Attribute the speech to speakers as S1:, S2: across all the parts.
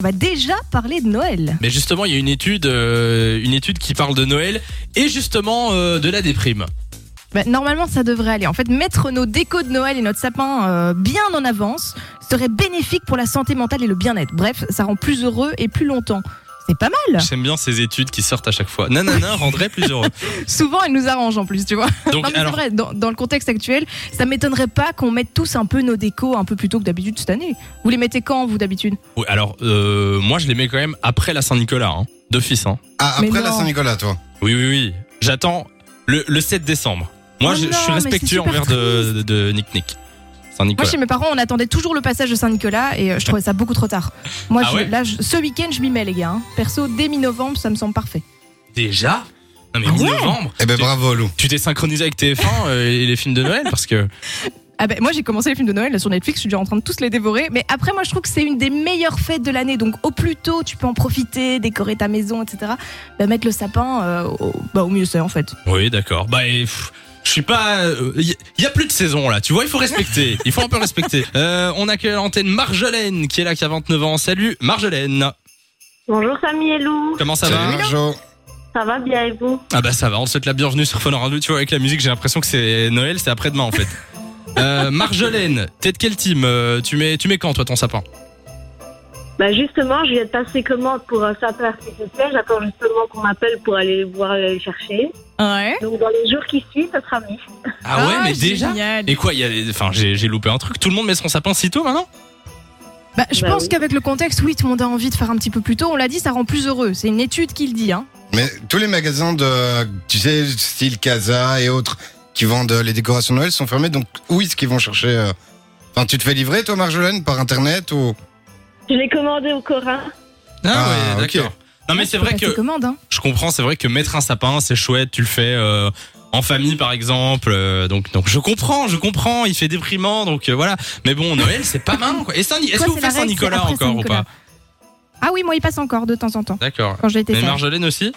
S1: On va déjà parler de Noël.
S2: Mais justement, il y a une étude, euh, une étude qui parle de Noël et justement euh, de la déprime.
S1: Bah, normalement, ça devrait aller. En fait, mettre nos décos de Noël et notre sapin euh, bien en avance serait bénéfique pour la santé mentale et le bien-être. Bref, ça rend plus heureux et plus longtemps. C'est pas mal.
S2: J'aime bien ces études qui sortent à chaque fois. Nanana rendrait plus heureux.
S1: Souvent, elle nous arrange en plus, tu vois.
S2: Donc,
S1: Non, mais c'est
S2: alors,
S1: vrai, dans, dans le contexte actuel, ça m'étonnerait pas qu'on mette tous un peu nos décos un peu plus tôt que d'habitude cette année. Vous les mettez quand, vous, d'habitude
S2: oui, alors euh, moi, je les mets quand même après la Saint-Nicolas, hein, d'office. hein.
S3: Ah,
S1: Mais
S3: après la
S1: non.
S3: Saint-Nicolas, toi.
S2: Oui, oui, oui. J'attends le, le 7 décembre. Moi,
S1: Oh
S2: je, je
S1: non,
S2: suis
S1: mais c'est
S2: respectueux
S1: super
S2: envers de, de, de Nick Nick.
S1: Moi,
S2: Saint-Nicolas.
S1: chez mes parents, on attendait toujours le passage de Saint-Nicolas et euh, je trouvais ça beaucoup trop tard. Moi,
S2: Ah
S1: je-
S2: ouais
S1: là, je- ce week-end, je m'y mets, les gars. hein. Perso, dès mi-novembre, ça me semble parfait.
S2: Déjà Non mais
S1: Ah ouais
S2: novembre
S3: Eh ben
S2: Tu-
S3: bravo, Lou.
S2: Tu t'es synchronisé avec TF1 euh, et les films de Noël parce que
S1: Ah ben, moi j'ai commencé les films de Noël là, sur Netflix, je suis déjà en train de tous les dévorer. Mais après moi je trouve que c'est une des meilleures fêtes de l'année, donc au plus tôt tu peux en profiter, décorer ta maison, etc. Bah, mettre le sapin, euh, au, bah, au mieux c'est en fait.
S2: Oui, d'accord. Bah, et, pff, je suis pas. Il y a plus de saison là, tu vois, il faut respecter. Il faut un peu respecter. Euh, on accueille à l'antenne Marjolaine qui est là qui a 29 ans. Salut Marjolaine,
S4: Bonjour Samy et Lou,
S2: comment ça
S3: Salut,
S2: va
S3: Marjo.
S4: ça va bien et vous
S2: Ah bah ça va, on te souhaite la bienvenue sur Fun Radio. Tu vois, avec la musique, j'ai l'impression que c'est Noël, c'est après-demain en fait. Euh, Marjolaine, t'es de quel team Euh, tu mets, tu mets quand toi ton sapin
S4: Bah justement, je viens de passer commande pour un sapin artificiel, j'attends justement qu'on m'appelle pour aller voir euh, le chercher.
S1: Ouais.
S4: Donc dans les jours qui suivent, ça sera mis.
S2: Ah ouais, mais déjà
S1: génial.
S2: Et quoi il y a- Enfin, j'ai j'ai loupé un truc. Tout le monde met son sapin si tôt maintenant
S1: Bah, je
S4: Bah
S1: pense
S4: oui.
S1: qu'avec le contexte, oui, tout le monde a envie de faire un petit peu plus tôt. On l'a dit, ça rend plus heureux. C'est une étude qui le dit. Hein.
S3: Mais tous les magasins de, tu sais, style Casa et autres, qui vendent euh, les décorations de Noël sont fermés, donc où est-ce qu'ils vont chercher euh, Enfin, tu te fais livrer, toi, Marjolaine, par internet ou
S4: Je l'ai commandé au Corin.
S3: Ah, ok.
S2: Non mais
S1: Ouais,
S2: c'est
S1: faut
S2: vrai
S1: passer
S2: que
S1: commande, hein.
S2: Je comprends, c'est vrai que mettre un sapin, c'est chouette, tu le fais euh, en famille par exemple. euh, donc, donc je comprends, je comprends, il fait déprimant, donc euh, voilà. Mais bon, Noël, c'est pas mal. Quoi. Et Saint- Est-ce
S1: Toi,
S2: que vous
S1: c'est la règle, c'est
S2: faites Saint-Nicolas
S1: après
S2: encore
S1: Saint-Nicolas.
S2: ou pas
S1: Ah oui, moi il passe encore de temps en temps.
S2: D'accord.
S1: Quand j'ai été
S2: Mais
S1: sage.
S2: Marjolaine aussi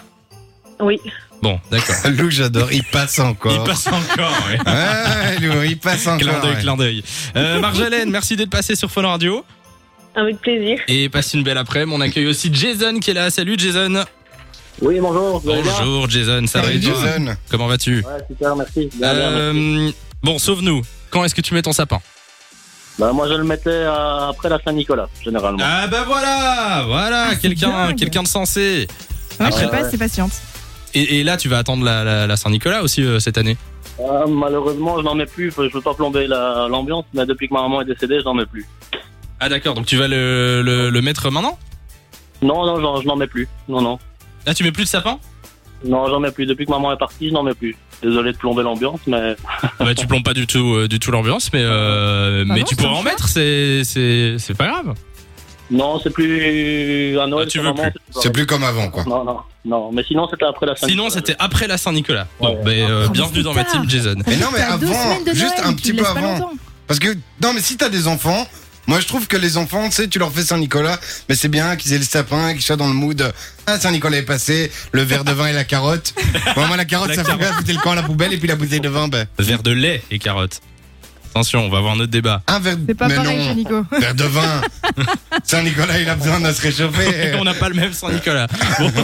S4: Oui.
S2: Bon, d'accord.
S3: Lou, j'adore. Il passe encore.
S2: Il passe encore, ouais.
S3: Ouais, Lou, il passe Bah. encore.
S2: Clin d'œil,
S3: ouais.
S2: clin d'œil. Euh, Marjolaine, merci d'être passée sur Phone Radio.
S4: Avec plaisir.
S2: Et passe une belle après-midi. On accueille aussi Jason qui est là. Salut Jason.
S5: Oui, bonjour. vous allez bien
S2: Bonjour Jason, ça va et
S3: Salut,
S2: toi
S3: Jason.
S2: Comment vas-tu
S5: Ouais, super, merci. Bien, bien, merci.
S2: Euh, Bon, sauve-nous. Quand est-ce que tu mets ton sapin
S5: Bah, moi, je le mettais euh, après la Saint-Nicolas, généralement.
S2: Ah bah voilà, voilà,
S1: Ah, c'est
S2: quelqu'un,
S1: dingue.
S2: quelqu'un de sensé.
S1: Ouais,
S4: Ah
S1: je sais
S5: ouais,
S1: pas,
S5: ouais.
S1: c'est patiente.
S2: Et, et là, tu vas attendre la, la- la Saint-Nicolas aussi euh, cette année.
S5: Euh, malheureusement, je n'en mets plus. Je veux pas plomber la- l'ambiance, mais depuis que ma maman est décédée, je n'en mets plus.
S2: Ah d'accord, donc tu vas le, le- le mettre maintenant
S5: Non, non, j'en- je n'en mets plus. Non, non.
S2: Là, tu mets plus de sapin
S5: Non, j'en mets plus. Depuis que maman est partie, je n'en mets plus. Désolé de plomber l'ambiance, mais
S2: Bah tu plombes pas du tout, euh, du tout l'ambiance, mais euh,
S1: Ah
S2: mais
S1: non,
S2: tu
S1: ça me
S2: pourras en
S1: va.
S2: mettre, c'est c'est c'est pas grave.
S5: non, c'est plus à Noël.
S2: Ah, tu
S5: c'est
S2: veux
S5: vraiment-
S3: C'est plus comme avant, quoi.
S5: Non, non, non. Mais sinon, c'était après la
S2: Sinon,
S5: Saint-Nicolas.
S2: c'était après la Saint-Nicolas. Bon,
S5: Ouais.
S2: bah, euh,
S1: Oh, mais
S2: bienvenue
S1: c'est
S2: dans ma
S1: tard.
S2: team, Jason.
S3: Mais non, mais
S1: T'as deux
S3: avant,
S1: semaines de
S3: juste
S1: Noël,
S3: un
S1: tu
S3: petit
S1: le
S3: peu
S1: laisses pas
S3: avant.
S1: longtemps.
S3: Parce que, non, mais si t'as des enfants, moi je trouve que les enfants, tu sais, tu leur fais Saint-Nicolas, mais c'est bien qu'ils aient le sapin, qu'ils soient dans le mood. Ah, Saint-Nicolas est passé, le verre de vin et la carotte. Bon, moi, la carotte,
S2: La
S3: ça fait bien foutre le camp à la poubelle, et puis la bouteille de vin, ben,
S2: Verre de lait et carottes. Attention, on va avoir notre débat.
S3: un verre
S1: C'est pas
S3: Mais
S1: pareil chez
S3: non,
S1: Nico.
S3: verre de vin. Saint-Nicolas, il a besoin de se réchauffer.
S2: on n'a pas le même Saint-Nicolas. Bon.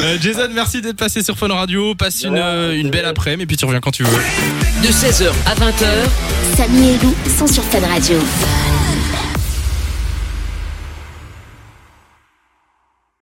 S2: Euh, Jason, merci d'être passé sur Fun Radio. Passe une, euh, une belle après-midi et puis tu reviens quand tu veux.
S6: de 16h à 20h.
S7: Samy et Lou sont sur Fan Radio.